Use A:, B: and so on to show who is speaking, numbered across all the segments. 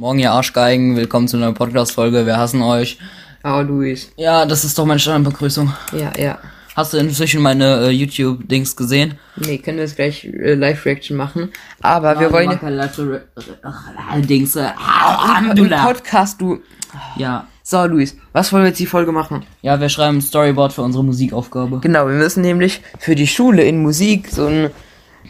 A: Morgen ihr Arschgeigen, willkommen zu einer Podcast-Folge, wir hassen euch.
B: Ah, Luis.
A: Ja, das ist doch meine Standardbegrüßung.
B: Ja, ja.
A: Hast du inzwischen meine äh, YouTube-Dings gesehen?
B: Nee, können wir jetzt gleich äh, Live-Reaction machen. Aber wir wollen
A: ja... Dings, äh,
B: ja im Podcast, du.
A: ja.
B: So, Luis, was wollen wir jetzt die Folge machen?
A: ja, wir schreiben ein Storyboard für unsere Musikaufgabe.
B: Genau, wir müssen nämlich für die Schule in Musik so einen,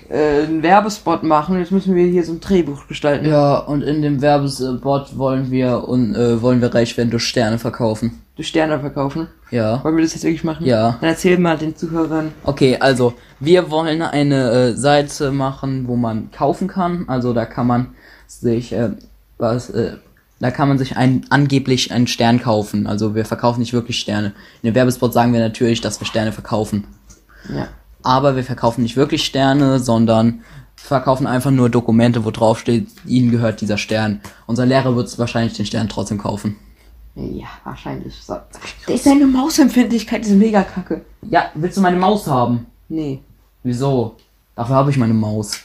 B: äh, einen Werbespot machen. Jetzt müssen wir hier so ein Drehbuch gestalten.
A: Ja, und in dem Werbespot wollen wir und äh, wollen wir reich werden durch Sterne verkaufen.
B: Du Sterne verkaufen.
A: Ja.
B: Wollen wir das jetzt wirklich machen?
A: Ja.
B: Dann erzähl mal den Zuhörern.
A: Okay, also wir wollen eine äh, Seite machen, wo man kaufen kann. Also da kann man sich äh, was, äh, da kann man sich ein, angeblich einen Stern kaufen. Also wir verkaufen nicht wirklich Sterne. In dem Werbespot sagen wir natürlich, dass wir Sterne verkaufen.
B: Ja.
A: Aber wir verkaufen nicht wirklich Sterne, sondern verkaufen einfach nur Dokumente, wo drauf steht, ihnen gehört dieser Stern. Unser Lehrer wird wahrscheinlich den Stern trotzdem kaufen.
B: Ja, wahrscheinlich. So. Deine Mausempfindlichkeit ist mega kacke.
A: Ja, willst du meine Maus haben?
B: Nee.
A: Wieso? Dafür habe ich meine Maus.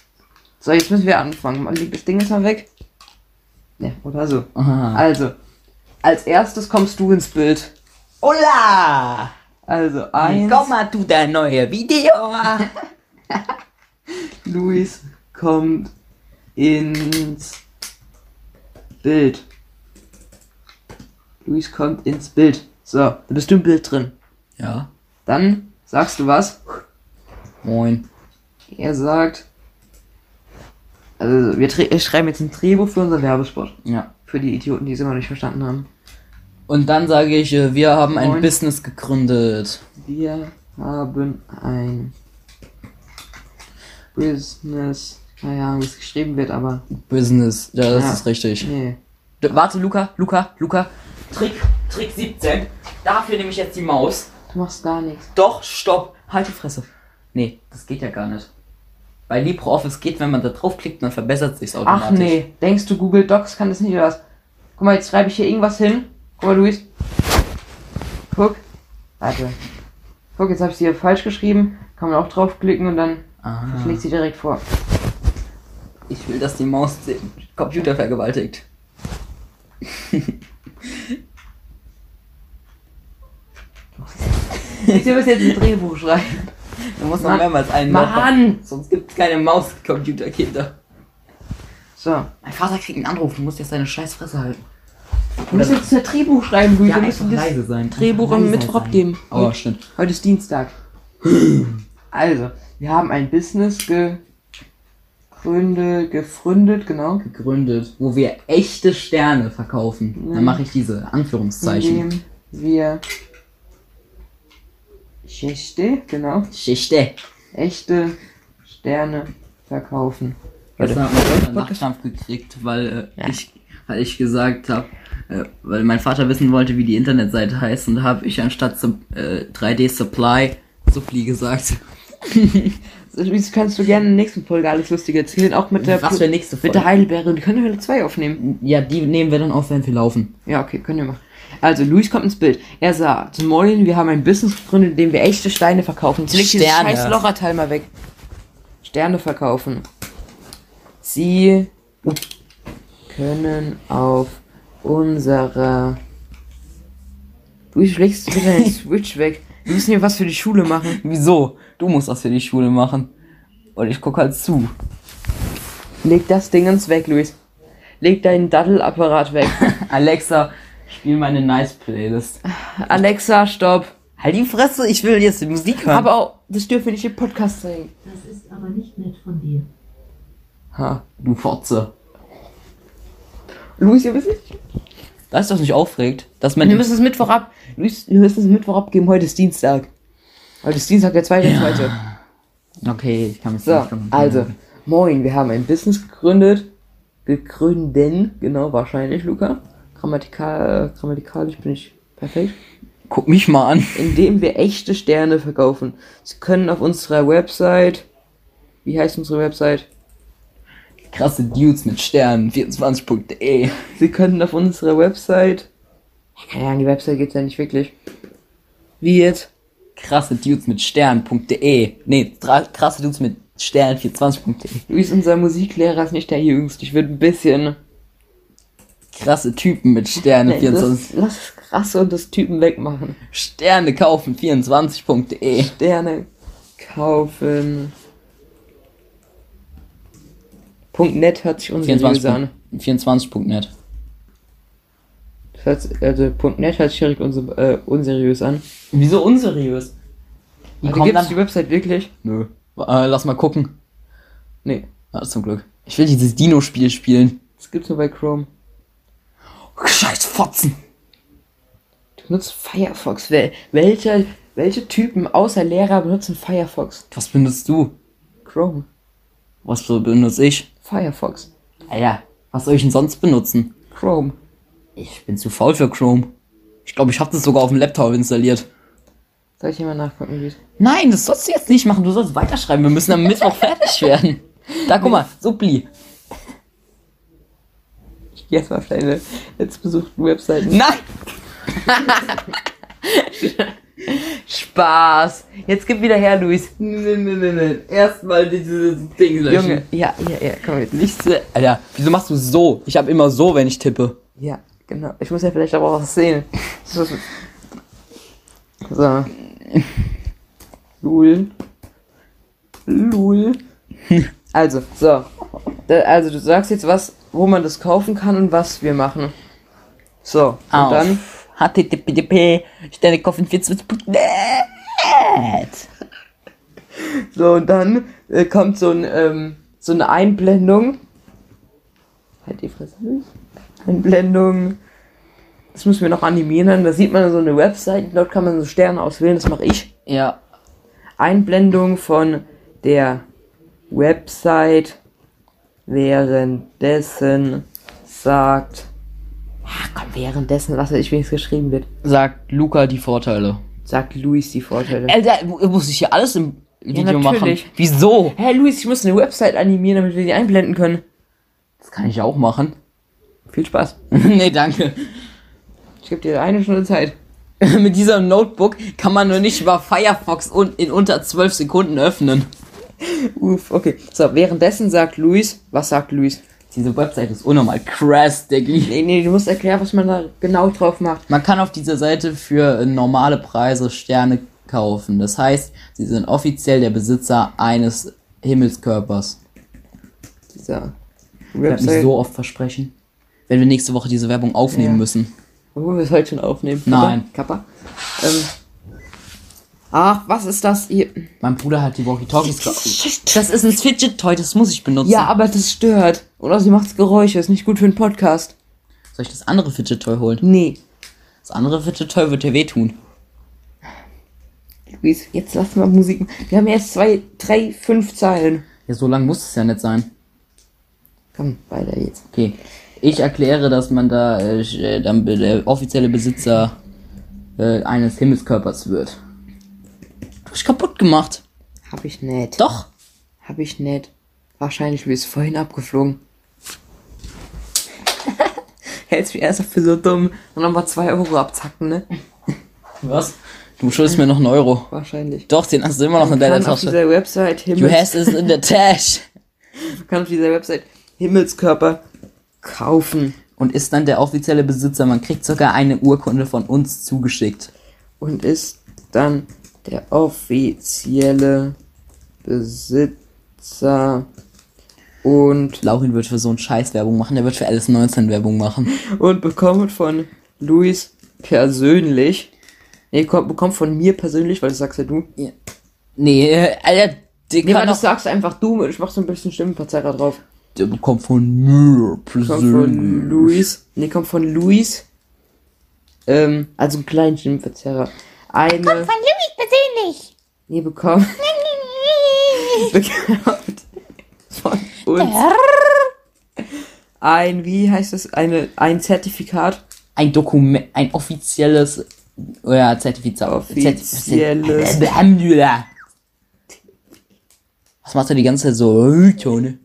B: So, jetzt müssen wir anfangen. Mal lieb, Das Ding ist mal weg. Ne, oder so.
A: Aha.
B: Also, als erstes kommst du ins Bild.
A: Hola!
B: Also, eins,
A: mal du dein neues Video.
B: Luis kommt ins Bild. Luis kommt ins Bild. So, da bist du im Bild drin.
A: Ja.
B: Dann sagst du was.
A: Moin.
B: Er sagt. Also, wir dre- schreiben jetzt ein Drehbuch für unseren Werbespot.
A: Ja.
B: Für die Idioten, die es immer noch nicht verstanden haben.
A: Und dann sage ich, äh, wir haben ein
B: Moin.
A: Business gegründet.
B: Wir haben ein Business. Naja, wie es geschrieben wird, aber.
A: Business. Ja, das
B: Ja.
A: ist richtig.
B: Nee.
A: D- Warte, Luca, Luca, Luca. Trick, Trick 17. Dafür nehme ich jetzt die Maus.
B: Du machst gar nichts.
A: Doch, stopp. Halt die Fresse. Nee, das geht ja gar nicht. Bei LibreOffice geht, wenn man da draufklickt, dann verbessert sich's automatisch.
B: Ach nee, denkst du, Google Docs kann das nicht oder was? Guck mal, jetzt schreibe ich hier irgendwas hin. Guck mal, Luis. Guck. Warte. Guck, jetzt habe ich hier falsch geschrieben. Kann man auch draufklicken und dann
A: Ah.
B: schlägt sie direkt vor.
A: Ich will, dass die Maus den Computer vergewaltigt.
B: Ich muss jetzt ein Drehbuch schreiben.
A: Du musst noch
B: Ma-
A: mehrmals einen Wort
B: Mann!
A: Sonst gibt's keine Maus-Computerkinder.
B: So.
A: Mein Vater kriegt einen Anruf, du musst jetzt deine Scheißfresse halten.
B: Du musst jetzt ein Drehbuch schreiben, Luis.
A: Ja,
B: Wir müssen
A: einfach
B: das
A: leise sein.
B: Drehbuch
A: Einfach
B: am
A: leise
B: Mittwoch
A: sein.
B: abgeben.
A: Oh, stimmt.
B: Heute ist Dienstag. Also, wir haben ein Business gegründet, gegründet, genau.
A: Gegründet, wo wir echte Sterne verkaufen. Dann mache ich diese Anführungszeichen.
B: Indem wir Schächte, genau,
A: Schichte.
B: echte Sterne verkaufen.
A: Das hat man Nachtkampf gekriegt, weil, äh, ich, weil ich gesagt habe, äh, weil mein Vater wissen wollte, wie die Internetseite heißt und habe ich anstatt Sup- äh, 3D Supply Supply gesagt.
B: Das kannst du gerne in der nächsten Folge alles Lustige erzählen, auch mit der,
A: Was für nächste
B: mit
A: Folge.
B: der Heidelbeere. Die können wir Hölle 2 aufnehmen.
A: Ja, die nehmen wir dann auf, wenn wir laufen.
B: Ja, okay, können wir machen. Also, Luis kommt ins Bild. Er sagt, moin, wir haben ein Business gegründet, in dem wir echte Steine verkaufen. Jetzt leg dieses
A: Sterne.
B: scheiß Lorrateil mal weg. Sterne verkaufen. Sie uh, können auf unserer... Luis, schlägst du bitte deinen Switch weg. Wir müssen hier was für die Schule machen.
A: Wieso? Du musst das für die Schule machen. Und ich gucke halt zu.
B: Leg das Ding ins Weg, Luis. Leg deinen Daddelapparat weg.
A: Alexa, spiel meine Nice Playlist.
B: Alexa, stopp.
A: Halt die Fresse, ich will jetzt die Musik hören.
B: Aber auch, das dürfen wir nicht im Podcast zeigen.
C: Das ist aber nicht nett von dir.
A: ha, du Fotze.
B: Luis, ihr wisst nicht,
A: Das ist doch nicht aufregend, dass
B: Wir
A: man.
B: müssen es Mittwoch ab. Luis, wir müssen es Mittwoch abgeben. Heute ist Dienstag. Heute ist Dienstag, der zweite, zweite.
A: Okay, ich kann mich
B: So,
A: nicht drum-
B: also, moin, wir haben ein Business gegründet. Gegründen, genau, wahrscheinlich, Luca. Grammatikal, äh, grammatikalisch bin ich perfekt.
A: Guck mich mal an.
B: Indem wir echte Sterne verkaufen. Sie können auf unserer Website. Wie heißt unsere Website?
A: Krasse Dudes mit Sternen, 24.de.
B: Sie können auf unserer Website. Keine Ahnung, die Website gibt's ja nicht wirklich. Wie jetzt?
A: Krasse Dudes mit Sternen.de. Nee, dra- krasse Dudes mit Sternen, 24.de.
B: Luis, unser Musiklehrer ist nicht der jüngste. Ich würde ein bisschen
A: krasse Typen mit Sterne
B: Nee, das,
A: 24.
B: das ist krass und das Typen wegmachen.
A: Sterne kaufen 24.de.
B: Sterne kaufen. Punkt net hört sich unseriös
A: 24.
B: an.
A: 24.net.
B: Das hört, also Punkt net hört sich direkt unser, äh, unseriös an.
A: Wieso unseriös? Die
B: Also
A: kommen
B: gibt es die
A: dann.
B: Website wirklich?
A: Nö. Äh, lass mal gucken.
B: Nee,
A: Ah, zum Glück. Ich will dieses Dino-Spiel spielen.
B: das gibt's nur bei Chrome.
A: Scheiß Fotzen.
B: Du benutzt Firefox. Wel welche, welche Typen außer Lehrer benutzen Firefox?
A: Was benutzt du?
B: Chrome.
A: Was benutze ich?
B: Firefox.
A: Alter, was soll ich denn sonst benutzen?
B: Chrome.
A: Ich bin zu faul für Chrome. Ich glaube, ich habe das sogar auf dem Laptop installiert.
B: Soll ich hier mal nachgucken, wie es.
A: Nein, das sollst du jetzt nicht machen. Du sollst weiterschreiben. Wir müssen am Mittwoch fertig werden. Da, guck mal, Suppli.
B: Ich geh jetzt mal auf deine letztbesuchten Webseiten.
A: Nein!
B: Spaß! Jetzt gib wieder her, Luis.
A: Nein, nein, nein, nein. Erstmal dieses Ding
B: Junge, ja, ja, ja, komm jetzt.
A: Nicht so. Alter, wieso machst du so? Ich habe immer so, wenn ich tippe.
B: Ja, genau. Ich muss ja vielleicht aber auch was sehen. So. so. Lul. Lul. Also, so. Da, also, du sagst jetzt was, wo man das kaufen kann und was wir machen. So, und
A: Auf
B: dann.
A: http sternekoffinfitz.net
B: So, und dann äh, kommt so, ein, ähm, so eine Einblendung. Halt die Fresse. Luis. Einblendung. Das müssen wir noch animieren. Da sieht man so eine Website. Dort kann man so Sterne auswählen. Das mache ich.
A: Ja.
B: Einblendung von der Website. Währenddessen sagt. Ach komm, währenddessen lasse ich, wie es geschrieben wird.
A: Sagt Luca die Vorteile.
B: Sagt Luis die Vorteile.
A: Alter, mu- muss ich hier alles im Video machen?
B: natürlich.
A: Wieso?
B: Hey Luis, ich muss eine Website animieren, damit wir die einblenden können.
A: Das kann ich auch machen.
B: Viel Spaß.
A: nee, danke.
B: Ich gebe dir eine Stunde Zeit.
A: Mit diesem Notebook kann man nur nicht über Firefox un in unter 12 Sekunden öffnen.
B: Uff, okay. So, währenddessen sagt Luis, was sagt Luis?
A: Diese Website ist unnormal crass, Diggi.
B: Nee, nee, du musst erklären, was man da genau drauf macht.
A: Man kann auf dieser Seite für äh, normale Preise Sterne kaufen. Das heißt, sie sind offiziell der Besitzer eines Himmelskörpers.
B: Dieser
A: Ich werde mich
B: Website.
A: so oft versprechen. Wenn wir nächste Woche diese Werbung aufnehmen
B: Ja.
A: müssen.
B: Wollen Oh, wir es heute schon aufnehmen?
A: Nein.
B: Kappa. Kappa? Ähm. Ach, was ist das hier?
A: Mein Bruder hat die Walkie-Talkies gekauft. Das ist ein Fidget-Toy, das muss ich benutzen.
B: Ja, aber das stört. Und außerdem macht's Geräusche, ist nicht gut für einen Podcast.
A: Soll ich das andere Fidget-Toy holen?
B: Nee.
A: Das andere Fidget-Toy wird dir wehtun.
B: Luis, jetzt lass mal Musik. Wir haben erst zwei, drei, fünf Zeilen.
A: Ja, so lang muss es ja nicht sein.
B: Komm, weiter jetzt.
A: Okay. Ich erkläre, dass man da äh, sch- äh, dann be- der offizielle Besitzer äh, eines Himmelskörpers wird. Hab ich kaputt gemacht.
B: Hab ich nicht.
A: Doch.
B: Hab ich nicht. Wahrscheinlich bist du vorhin abgeflogen. Hältst mich erst für so dumm und dann mal 2 Euro abzacken, ne?
A: Was? Du schuldest mir noch einen Euro.
B: Wahrscheinlich.
A: Doch, den hast du immer noch in deiner
B: Kann auf
A: Tasche.
B: dieser Website
A: You
B: Himmels,
A: has it in the tash.
B: kann auf dieser Website Himmelskörper kaufen.
A: Und ist dann der offizielle Besitzer. Man kriegt sogar eine Urkunde von uns zugeschickt.
B: und ist dann der offizielle Besitzer und,
A: Laurin wird für so einen Scheiß Werbung machen. Der wird für alles 19 Werbung machen.
B: und bekommt von Luis persönlich. Nee, kommt, bekommt von mir persönlich, weil das sagst ja du.
A: Nee, äh, Alter, der
B: Nee, weil
A: kann
B: das
A: doch...
B: sagst einfach du und ich mach so ein bisschen Stimmenverzerrer drauf.
A: Der bekommt von mir
B: Kommt von
A: persönlich.
B: Luis. Nee, kommt von Luis. Ähm, also einen kleinen Stimmenverzerrer. Eine. Kommt von Luis persönlich. Nee, bekommt. bekommt von uns. Ein, wie heißt das? Eine, ein Zertifikat.
A: ein Dokument, ein offizielles ja, Zertifikat.
B: Offizielles.
A: Zertif- Was macht er die ganze Zeit so? Äh, ne? Töne?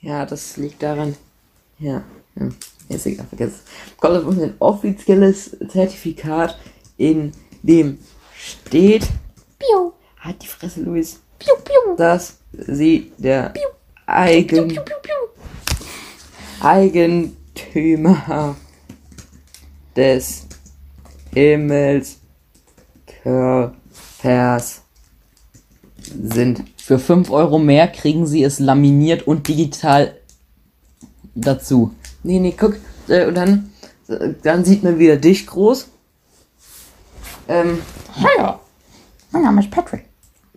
B: Ja, das liegt daran. Ja. ja. Ist egal, vergiss es. Kommt auf uns ein offizielles Zertifikat, in dem steht.
D: Piu,
B: Halt die Fresse, Luis.
D: piu, piu,
B: dass sie der eigen,
D: piu, piu.
B: eigen Eigentümer des Himmels Körpers sind.
A: Für 5 Euro mehr kriegen sie es laminiert und digital dazu.
B: Nee, nee, guck. Äh, und dann, äh, dann sieht man wieder dich groß. Ähm,
A: Hallo, mein Name ist Patrick.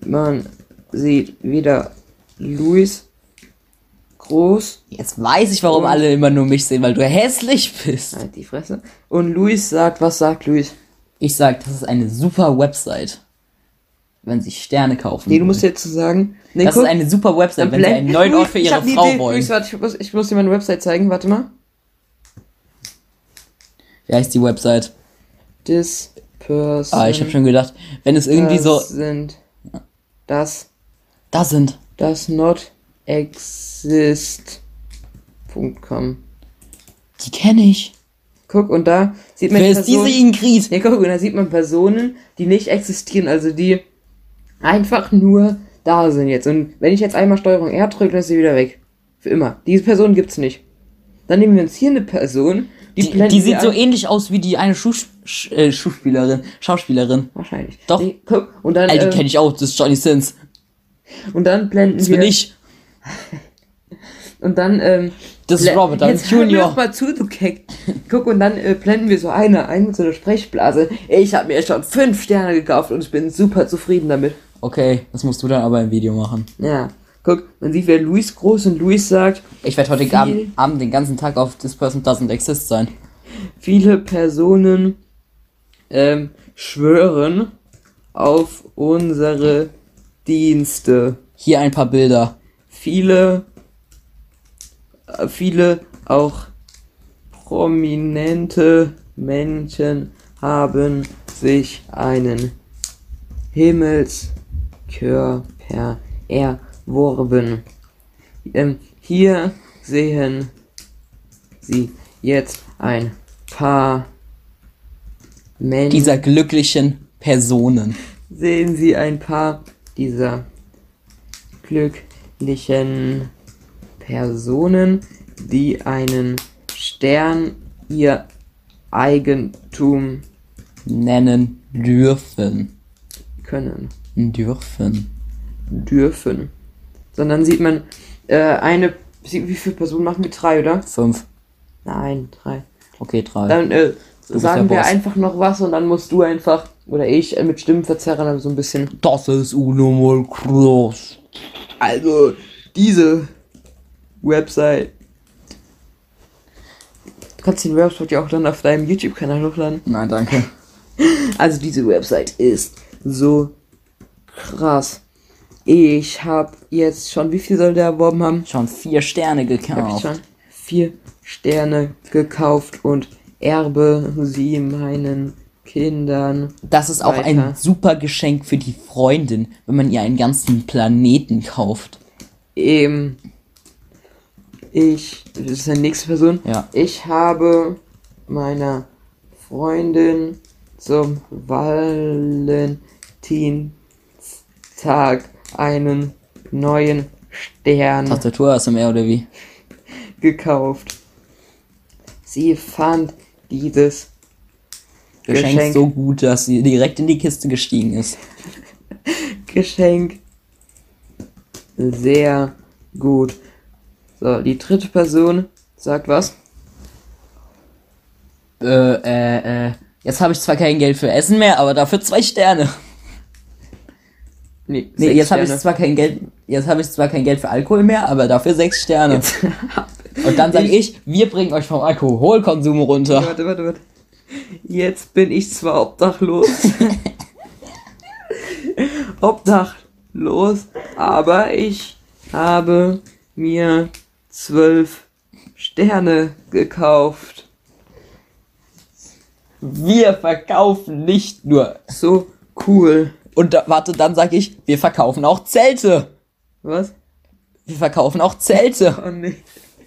B: man sieht wieder Luis groß.
A: Jetzt weiß ich,
B: Mhm.
A: warum alle immer nur mich sehen, weil du hässlich bist.
B: Halt die Fresse. Und Luis sagt, was sagt Luis?
A: Ich sag, das ist eine super Website. Wenn sie Sterne kaufen.
B: Nee, du musst
A: wollen.
B: jetzt so sagen. Nee,
A: das ist eine super Website, wenn sie einen neuen Ort für ihre
B: ich
A: Frau wollen.
B: Luis, warte, ich muss, ich muss dir meine Website zeigen, warte mal.
A: Wie heißt die Website?
B: This person.
A: Ah, ich habe schon gedacht, wenn es irgendwie
B: Ähm, äh, das
A: so.
B: sind das
A: Da sind.
B: das not exist. Punkt com.
A: Die kenne ich.
B: Guck und da sieht man
A: Wer
B: die
A: ist diese
B: Person-
A: Ingrid?
B: Ja, guck, und da sieht man Personen, die nicht existieren, also die einfach nur da sind jetzt. Und wenn ich jetzt einmal Steuerung R drücke, dann ist sie wieder weg. Für immer. Diese Person gibt's nicht. Dann nehmen wir uns hier eine Person, die,
A: Die,
B: blenden
A: die
B: wir
A: sieht so eh-
B: ein-
A: ähnlich aus wie die eine Schuh, Sch, äh, Schuhspielerin, Schauspielerin.
B: Wahrscheinlich.
A: Doch.
B: Nee, guck, und dann,
A: Äh, die
B: äh,
A: kenne ich auch, das ist Johnny Sins.
B: und dann blenden
A: Das
B: wir.
A: bin ich.
B: Und dann, ähm,
A: Das ist
B: Ble-
A: Robert Downey
B: Jetzt hör mir doch
A: Jr.
B: mal zu, du Keck. Guck, und dann äh, blenden wir so eine ein mit so einer Sprechblase. Ich habe mir schon fünf Sterne gekauft und ich bin super zufrieden damit.
A: Okay, das musst du dann aber im Video machen.
B: Ja, guck, man sieht, wer Luis groß und Luis sagt,
A: Ich werde heute
B: Viel.
A: Abend, Abend den ganzen Tag auf This Person Doesn't Exist sein.
B: viele Personen ähm, schwören auf unsere Dienste.
A: Hier ein paar Bilder.
B: Viele, äh, viele auch prominente Menschen haben sich einen Himmelskörper erworben. Ähm, hier sehen Sie jetzt ein paar Menschen
A: Dieser glücklichen Personen.
B: sehen Sie ein paar dieser glücklichen Personen, die einen Stern ihr Eigentum
A: Nennen dürfen.
B: können
A: Dürfen.
B: dürfen. Sondern sieht man äh, eine, sie- wie viele Personen machen wir? Drei, oder?
A: Fünf.
B: Nein, drei.
A: Okay, drei.
B: Dann äh,
A: bist
B: sagen
A: der
B: wir
A: Boss.
B: einfach noch was und dann musst du einfach, oder ich, äh, mit Stimmenverzerrern so ein bisschen
A: das ist unnormal groß.
B: Also, diese Website. Du kannst den Website ja auch dann auf deinem YouTube-Kanal hochladen.
A: Nein, danke.
B: Also, diese Website ist so krass. Ich habe jetzt schon, wie viel soll der erworben haben?
A: Schon vier Sterne
B: Ich habe
A: gekauft.
B: schon vier Sterne gekauft und erbe sie meinen Kindern.
A: Das ist auch ein
B: Weiter.
A: super Geschenk für die Freundin, wenn man ihr einen ganzen Planeten kauft.
B: Ähm, ich, das ist eine nächste Person.
A: Ja.
B: Ich habe meiner Freundin zum Valentinstag einen neuen Stern
A: Tastatur hast du mehr oder wie?
B: gekauft. Sie fand dieses
A: Geschenk,
B: Geschenk.
A: so gut, dass sie direkt in die Kiste gestiegen ist.
B: Geschenk sehr gut. So, die dritte Person sagt was?
A: Äh, äh, äh. Jetzt habe ich zwar kein Geld für Essen mehr, aber dafür zwei Sterne.
B: Nee,
A: Nee,
B: sechs
A: jetzt habe ich
B: Sterne.
A: zwar kein Geld, jetzt habe ich zwar kein Geld für Alkohol mehr, aber dafür sechs Sterne. Und dann sage ich, wir bringen euch vom Alkoholkonsum runter.
B: Warte, warte, warte. Jetzt bin ich zwar obdachlos. obdachlos, aber ich habe mir zwölf Sterne gekauft.
A: Wir verkaufen nicht nur.
B: So cool.
A: Und da, warte, dann sage ich, wir verkaufen auch Zelte.
B: Was?
A: Wir verkaufen auch Zelte.
B: Oh nee.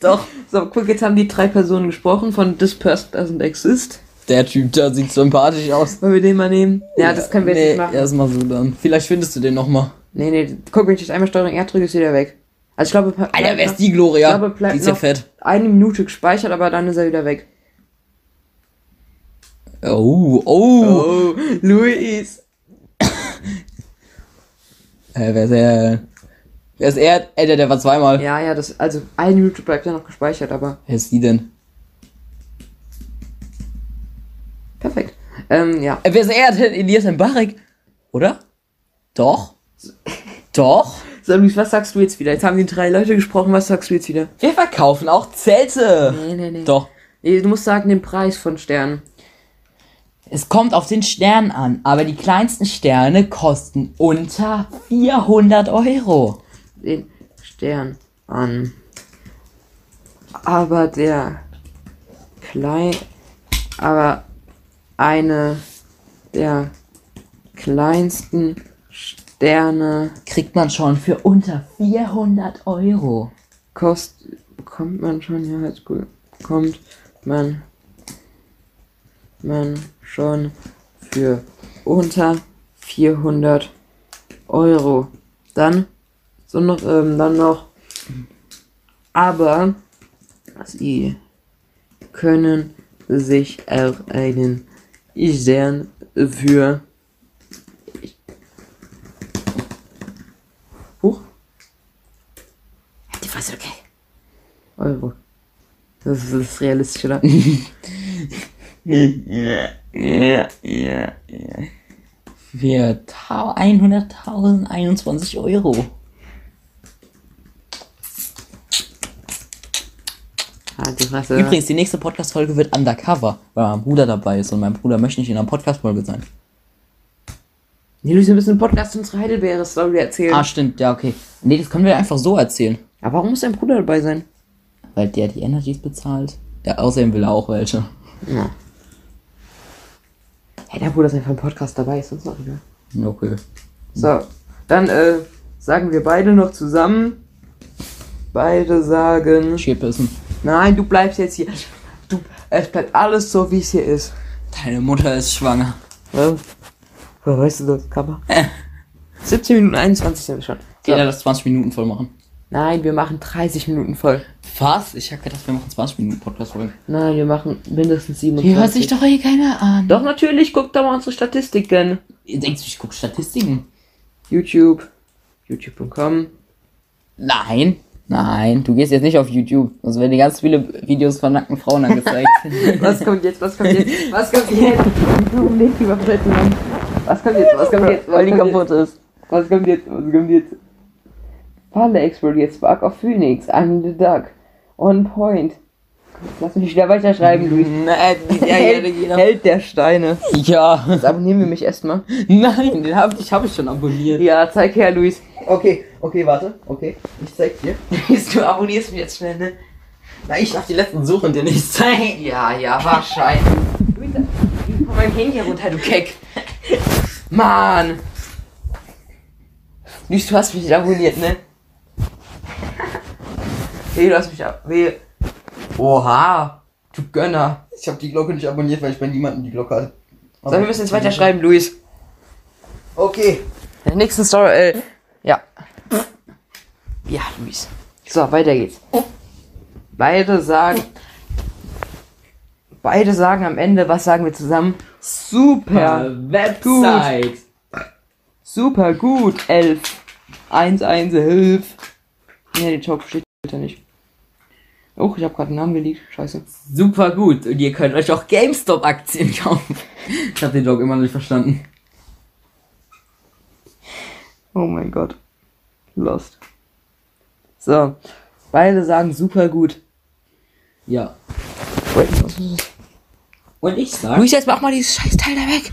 B: Doch. So, guck, jetzt haben die drei Personen gesprochen von This Person Doesn't Exist.
A: Der Typ da sieht sympathisch aus.
B: Wollen wir den mal nehmen? Ja, das können wir
A: nee,
B: jetzt nicht machen.
A: Erstmal so dann. Vielleicht findest du den nochmal.
B: Nee, nee, guck, wenn ich jetzt einmal Steuerung R drücke, ist wieder weg. Also ich glaube, bleibt
A: Alter, wer
B: noch-
A: ist die Gloria?
B: Ich glaube, bleibt
A: die ist ja
B: noch-
A: fett.
B: eine Minute gespeichert, aber dann ist er wieder weg.
A: Oh, oh.
B: Oh, Luis.
A: Äh, wer ist er? Wer ist er? Ey, der, der war zweimal.
B: Ja, ja, das, also eine Minute bleibt ja noch gespeichert, aber
A: Wer ist die denn?
B: perfekt. Ähm, ja.
A: Äh, wer ist er? Der Elias Mbarek. Oder? Doch. Doch.
B: So, Luis, was sagst du jetzt wieder? Jetzt haben die drei Leute gesprochen, was sagst du jetzt wieder?
A: Wir verkaufen auch Zelte.
B: Nee, nee, nee.
A: Doch.
B: Nee, du musst sagen, den Preis von Sternen.
A: Es kommt auf den Stern an, aber die kleinsten Sterne kosten unter 400 Euro.
B: Den Stern an. Aber der klein, aber eine der kleinsten Sterne
A: Kriegt man schon für unter 400 Euro.
B: kost bekommt man schon ja halt gut kommt man man schon für unter 400 Euro dann so noch ähm, dann noch aber sie können sich auch einen Stern für Huch.
A: Die Fresse, okay.
B: Euro. Das ist, das ist realistisch, oder?
A: Ja, ja, ja. Für ta- 100.021 Euro.
B: Halt die Fresse.
A: Übrigens, die nächste Podcast-Folge wird undercover, weil mein Bruder dabei ist und mein Bruder möchte nicht in einer Podcast-Folge sein.
B: Nee, Luis, wir müssen einen Podcast unsere Heidelbeere-Story erzählen.
A: Ah, stimmt, ja, okay. Nee, das können wir einfach so erzählen.
B: Aber warum muss dein Bruder dabei sein?
A: Weil der die Energies bezahlt. Ja, außerdem will er auch welche.
B: Ja. Hey, dein Bruder ist einfach im Podcast dabei, ist uns auch egal.
A: Okay.
B: So, dann äh, sagen wir beide noch zusammen. Beide sagen.
A: Cheapissen.
B: Nein, du bleibst jetzt hier. Du, es bleibt alles so, wie es hier ist.
A: Deine Mutter ist schwanger.
B: Ja? Woher weißt du das, Kappa? 17 Minuten 21 sind wir schon.
A: Geht er
B: So.
A: das 20 Minuten voll machen?
B: Nein, wir machen 30 Minuten voll.
A: Was? Ich hab gedacht, wir machen 20 Minuten Podcast voll.
B: Nein, wir machen mindestens 27.
A: Hier hört sich doch eh keiner an.
B: Doch, natürlich, guckt da mal unsere Statistiken.
A: Ihr denkt, ich guck Statistiken.
B: YouTube, youtube.com.
A: Nein. Nein, du gehst jetzt nicht auf YouTube. Sonst werden dir ganz viele Videos von nackten Frauen angezeigt.
B: Was kommt jetzt, was kommt jetzt, was kommt jetzt? Warum legt die Waffe jetzt in Hand? Was kommt jetzt, was kommt jetzt, was kommt jetzt?
A: ist.
B: Was kommt jetzt, was kommt jetzt? Falle explodiert, Spark of Phoenix, I'm the Duck, on point. Lass mich wieder weiterschreiben, Luis.
A: Nein, ja, ja,
B: Held,
A: ja,
B: Held der Steine.
A: ja.
B: Jetzt abonnieren wir mich erstmal.
A: Nein, den hab ich, hab ich schon abonniert.
B: Ja, zeig her, Luis.
D: Okay, okay, warte. Okay, ich zeig dir.
B: Du abonnierst mich jetzt schnell, ne?
D: Na, ich darf die letzten suchen dir nicht zeigen.
B: Ja, ja, wahrscheinlich. Komm mein Handy herunter, du Keck. Mann. Luis, du hast mich nicht abonniert, ne? Wehe, du hast mich ab... Wehe. Oha. Du Gönner.
D: Ich habe die Glocke nicht abonniert, weil ich bei niemandem die Glocke hatte.
B: So, wir müssen jetzt weiterschreiben, Luis.
D: Okay.
B: In der nächsten Story, äh... Ja. Ja, Luis. So, weiter geht's. Beide sagen... Beide sagen am Ende, was sagen wir zusammen? Super.
A: Äh, Website.
B: Super gut, 11. 1, 1, 11. Ja, den Joke steht ja nicht. Oh, ich habe gerade einen Namen gelegt. Scheiße.
A: Super gut. Und ihr könnt euch auch GameStop-Aktien kaufen. Ich hab den Joke immer noch nicht verstanden.
B: Oh mein Gott. Lost. So. Beide sagen super gut.
A: Ja. Und ich sag.
B: Luis, jetzt mach mal dieses scheiß Teil da weg.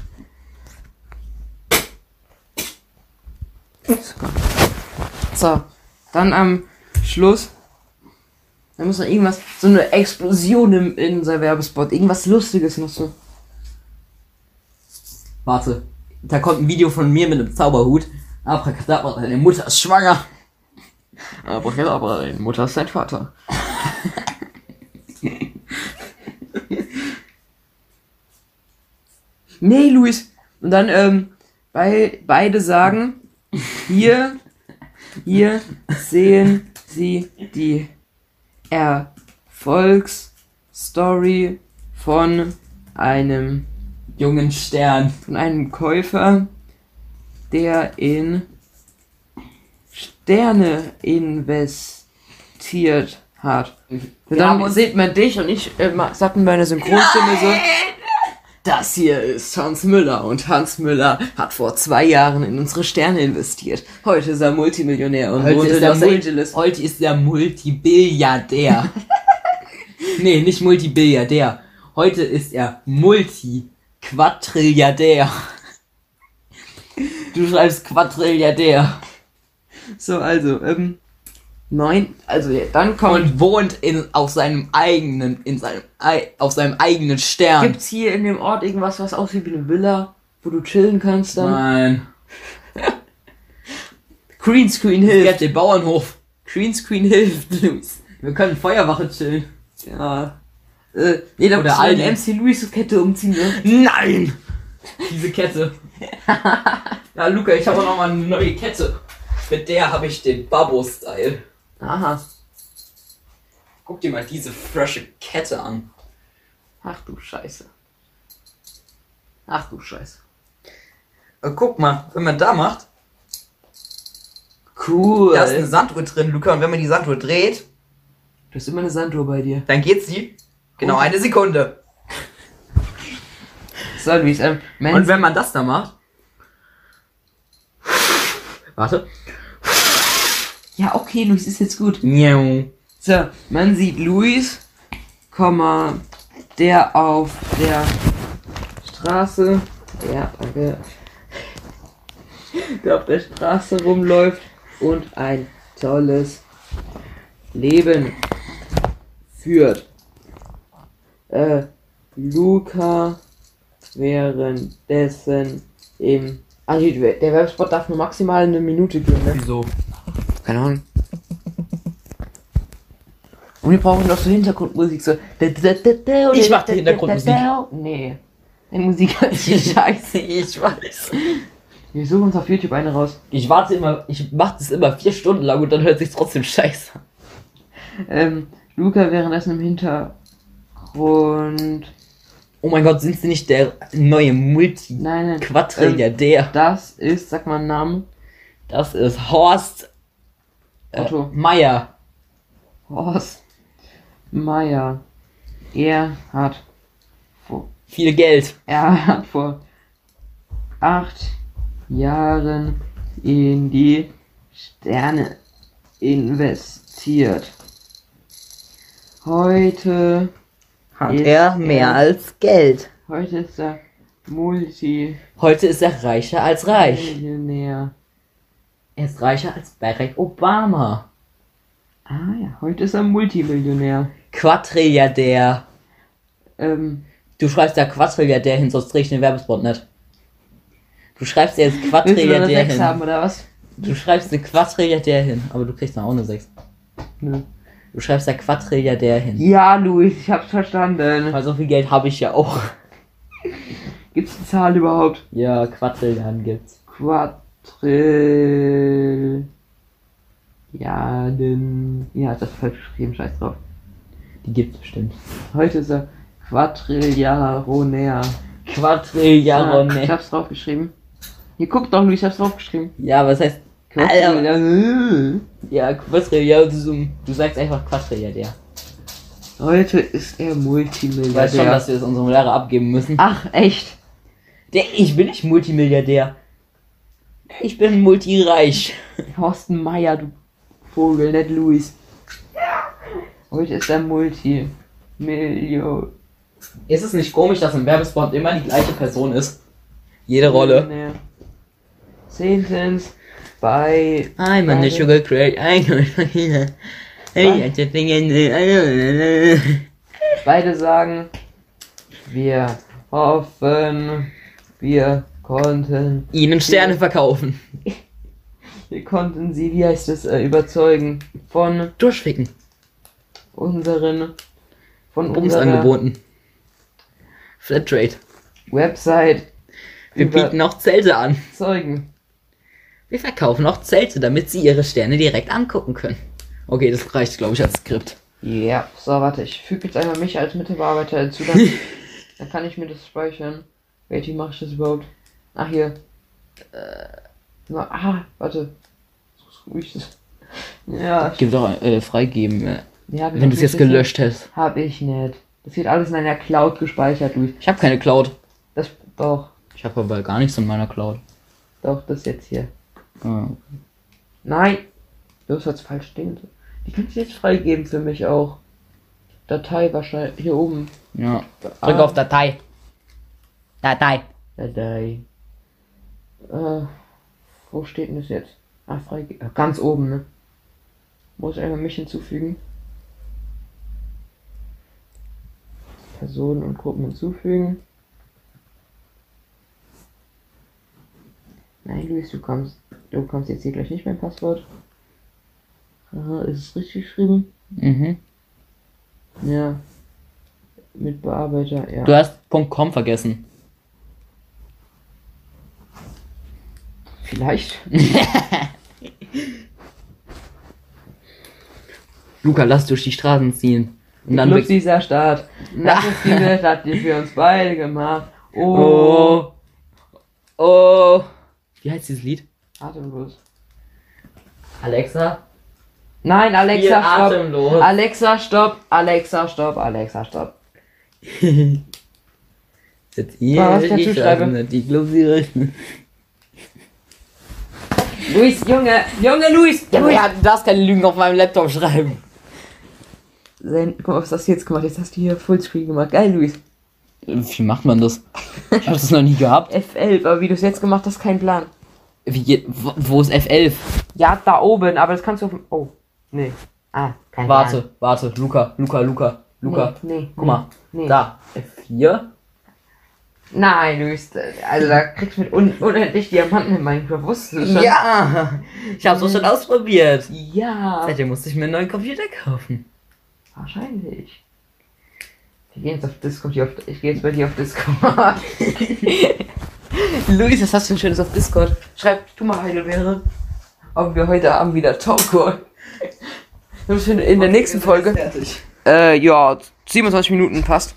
B: So. Dann am Schluss. Da muss noch irgendwas, so eine Explosion im, in sein Werbespot. Irgendwas Lustiges noch so.
A: Warte. Da kommt ein Video von mir mit einem Zauberhut. Abracadabra, deine Mutter ist schwanger.
B: Abracadabra, deine Mutter ist dein Vater. nee, Luis. Und dann, ähm, bei, beide sagen, hier, hier sehen sie die Erfolgsstory von einem
A: Jungen Stern.
B: von einem Käufer, der in Sterne investiert hat. Und dann
A: haben uns-
B: sieht man dich und ich äh, ma- sagt man bei einer Synchronstimme so. Das hier ist Hans Müller und Hans Müller hat vor zwei Jahren in unsere Sterne investiert. Heute ist er Multimillionär und wohnt in Los
A: Mul-
B: Angeles.
A: heute ist der Multibilliardär. nee, nicht Multibilliardär. Heute ist er Multiquadrilliardär. Du schreibst Quadrilliardär.
B: So, also, ähm, neun, also ja, dann kommt,
A: Und wohnt in, auf seinem eigenen, in seinem, ei- auf seinem eigenen Stern.
B: gibt's hier in dem Ort irgendwas, was aussieht wie eine Villa, wo du chillen kannst dann?
A: Nein.
B: Greenscreen
A: Es gibt
B: hilft.
A: den Bauernhof.
B: Greenscreen hilft, Luis.
A: Wir können Feuerwache chillen.
B: Ja. Äh, nee, da
A: Oder
B: musst du
A: Aldi.
B: eine MC Luis Kette umziehen, ne?
A: Nein! Diese Kette. ja, Luca, ich habe noch mal eine neue Kette. Mit der habe ich den Babbo-Style.
B: Aha.
A: Guck dir mal diese frische Kette an.
B: Ach du Scheiße. Ach du Scheiße.
A: Äh, Guck mal, wenn man da macht,
B: Cool.
A: da ist eine Sanduhr drin, Luca. Und wenn man die Sanduhr dreht,
B: du hast immer eine Sanduhr bei dir.
A: dann geht sie genau
B: Oh.
A: eine Sekunde.
B: So, Luis, ähm,
A: Und
B: Mensch.
A: wenn man das da macht. Warte.
B: Ja, okay, Luis ist jetzt gut.
A: Miau.
B: So, man sieht Luis, Komma, der auf der Straße, ja, danke, der auf der Straße rumläuft und ein tolles Leben führt. Äh, Luca währenddessen im... Ah, die- der Werbespot darf nur maximal eine Minute gehen, ne?
A: Wieso?
B: Keine Ahnung. Und wir brauchen noch so Hintergrundmusik, so. Ich
A: mach die Hintergrundmusik.
B: Nee. Die Musik hat die Scheiße.
A: Ich weiß.
B: Wir suchen uns auf YouTube eine raus.
A: Ich warte immer, ich mache das immer vier Stunden lang und dann hört sich trotzdem scheiße an.
B: Ähm, Luca währenddessen im Hintergrund.
A: Oh mein Gott, sind sie nicht der neue Multi?
B: Nein, nein.
A: Äh.
B: Ähm,
A: Quadrilliardär.
B: das ist, sag mal einen Namen.
A: Das ist Horst äh,
B: Otto.
A: Meier.
B: Horst Meier. Er hat.
A: Viel Geld.
B: Er hat vor acht Jahren in die Sterne investiert. Heute,
A: Hat
B: Ist
A: er mehr
B: er-
A: als Geld.
B: heute ist er Multimillionär.
A: Heute ist er reicher als reich. Er ist reicher als Barack Obama.
B: Ah ja, heute ist er Multimillionär.
A: Quadrilliardär.
B: Ähm,
A: Du schreibst da Quadrilliardär hin, sonst drehe ich den Werbespot nicht. Du schreibst jetzt
B: willst du da eine
A: Quadrilliardär
B: 6 haben
A: hin.
B: oder was?
A: Du schreibst eine Quadrilliardär hin, aber du kriegst dann auch eine 6.
B: Nö.
A: Du schreibst da Quadrilliardär hin.
B: Ja, Luis, ich hab's verstanden.
A: Weil so viel Geld habe ich ja auch.
B: Gibt's die Zahl überhaupt?
A: Ja, Quadrilliarden gibt's.
B: Quadrilliarden. Ja, das ist falsch geschrieben, scheiß drauf.
A: Die gibt's bestimmt.
B: Heute ist er Quadrilliaronär. Ah,
A: Quadrilliarden.
B: Ich hab's draufgeschrieben. Hier, guck doch, Luis, ich hab's draufgeschrieben.
A: Ja, was heißt. Alter,
B: Quadrilliar-
A: ja, Quadrilliarden. Du sagst einfach Quadrilliardär.
B: Heute ist er
A: Ich weiß schon,
B: Multimilliardär.
A: dass wir es unserem Lehrer abgeben müssen.
B: Ach, echt?
A: Der, ich bin nicht Multimilliardär. Ich bin multireich.
B: Horst Meier, du Vogel, nicht Luis. Heute ist er Multimillionär.
A: Ist es nicht komisch, dass im Werbespot immer die gleiche Person ist? Jede
B: Sentence bei
A: I'm on the sugar crack. I'm gonna- Hey, I just think I-
B: Beide sagen, wir hoffen, wir konnten,
A: Ihnen Sterne verkaufen.
B: wir konnten sie, wie heißt es, äh, überzeugen von
A: Durchficken.
B: unseren, von unserer
A: Bumsangeboten. Flatrate.
B: Website
A: Wir bieten auch Zelte an.
B: überzeugen.
A: Wir verkaufen auch Zelte, damit Sie Ihre Sterne direkt angucken können. Okay, das reicht, glaube ich, als Skript.
B: Ja, so, warte, ich füge jetzt einmal mich als Mitbearbeiter hinzu, dann, dann kann ich mir das speichern. Wait, wie mache ich das überhaupt? Ach, hier. Äh, na, ah, warte. So ich das. Ja,
A: Gib doch äh, freigeben, äh,
B: ja hab ich
A: wenn du es
B: natürlich
A: jetzt
B: nicht.
A: gelöscht hast.
B: Hab ich nicht. Das wird alles in einer Cloud gespeichert, Luis.
A: Ich habe keine Cloud.
B: Das, doch,
A: Ich habe aber gar nichts in meiner Cloud.
B: doch, das jetzt hier.
A: Ah.
B: Nein! Du hast jetzt falsch stehen. Die kannst du jetzt freigeben für mich auch. Datei wahrscheinlich hier oben.
A: Ja.
B: Ah.
A: Drück auf Datei. Datei.
B: Datei. Äh, wo steht denn das jetzt? Ah, freigeben. Ganz oben, ne? Muss ich einmal mich hinzufügen. Personen und Gruppen hinzufügen. Nein, Luis, du kommst. Du kommst jetzt hier gleich nicht mein Passwort. Aha, ist es richtig geschrieben?
A: Mhm.
B: Ja. Mit Bearbeiter, ja.
A: Du hast .com vergessen.
B: Vielleicht.
A: Luca, lass durch die Straßen ziehen. Und
B: Dann
A: dann
B: Club
A: be-
B: dieser Stadt. Das ist diese Stadt, die für uns beide gemacht. Oh.
A: Oh. Oh. Wie heißt dieses Lied?
B: Atemlos.
A: Alexa.
B: Nein, Alexa,
A: Spiel
B: stopp.
A: atemlos.
B: Alexa, stopp. Alexa, stopp. Alexa, stopp.
A: Jetzt
B: Ah,
A: hier
B: was ich
A: die
B: dazu
A: Straßen,
B: schreibe.
A: die Globsieren.
B: Luis, Junge. Junge, Luis. Luis.
A: du darfst keine Lügen auf meinem Laptop schreiben.
B: Sein, guck mal, was hast du jetzt gemacht? Jetzt hast du hier Fullscreen gemacht. Geil, Luis.
A: Wie macht man das? Ich habe das noch nie gehabt.
B: F11, aber wie du es jetzt gemacht hast, kein Plan.
A: Wie geht, wo wo ist F11?
B: Ja, da oben, aber das kannst du auf dem... Oh, nee. Ah, kein Plan.
A: Warte, warte, Luca, Luca, Luca, Luca.
B: Nee, nee,
A: Guck mal,
B: nee.
A: da, F4.
B: Nein, Luis, also da kriegst du mit un unendlich Diamanten in Minecraft, wusstest du schon?
A: Ja, ich hab's auch schon ausprobiert.
B: Ja,
A: Seitdem musste ich mir einen neuen Computer kaufen.
B: wahrscheinlich. Wir gehen jetzt auf Discord, hier auf, ich gehe jetzt bei dir auf Discord. Luis, was hast du ein schönes auf Discord? Schreib, du mal Heidelbeere, ob wir heute Abend wieder Talk holen. Du bist in, in der nächsten Folge.
D: Fertig.
B: Äh, ja, 27 Minuten passt.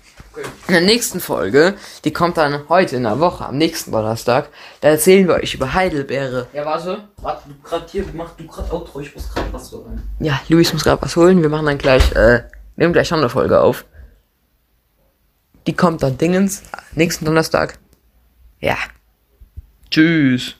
B: In der nächsten Folge, die kommt dann heute in der Woche, am nächsten Donnerstag, da erzählen wir euch über Heidelbeere.
A: Ja, warte.
D: Warte, du grad hier, mach du grad Outro, ich muss grad was so rein.
B: Ja, Luis muss gerade was holen. Wir machen dann gleich, äh, nehmen gleich noch eine Folge auf. Die kommt dann Dingens, nächsten Donnerstag. Ja. Tschüss.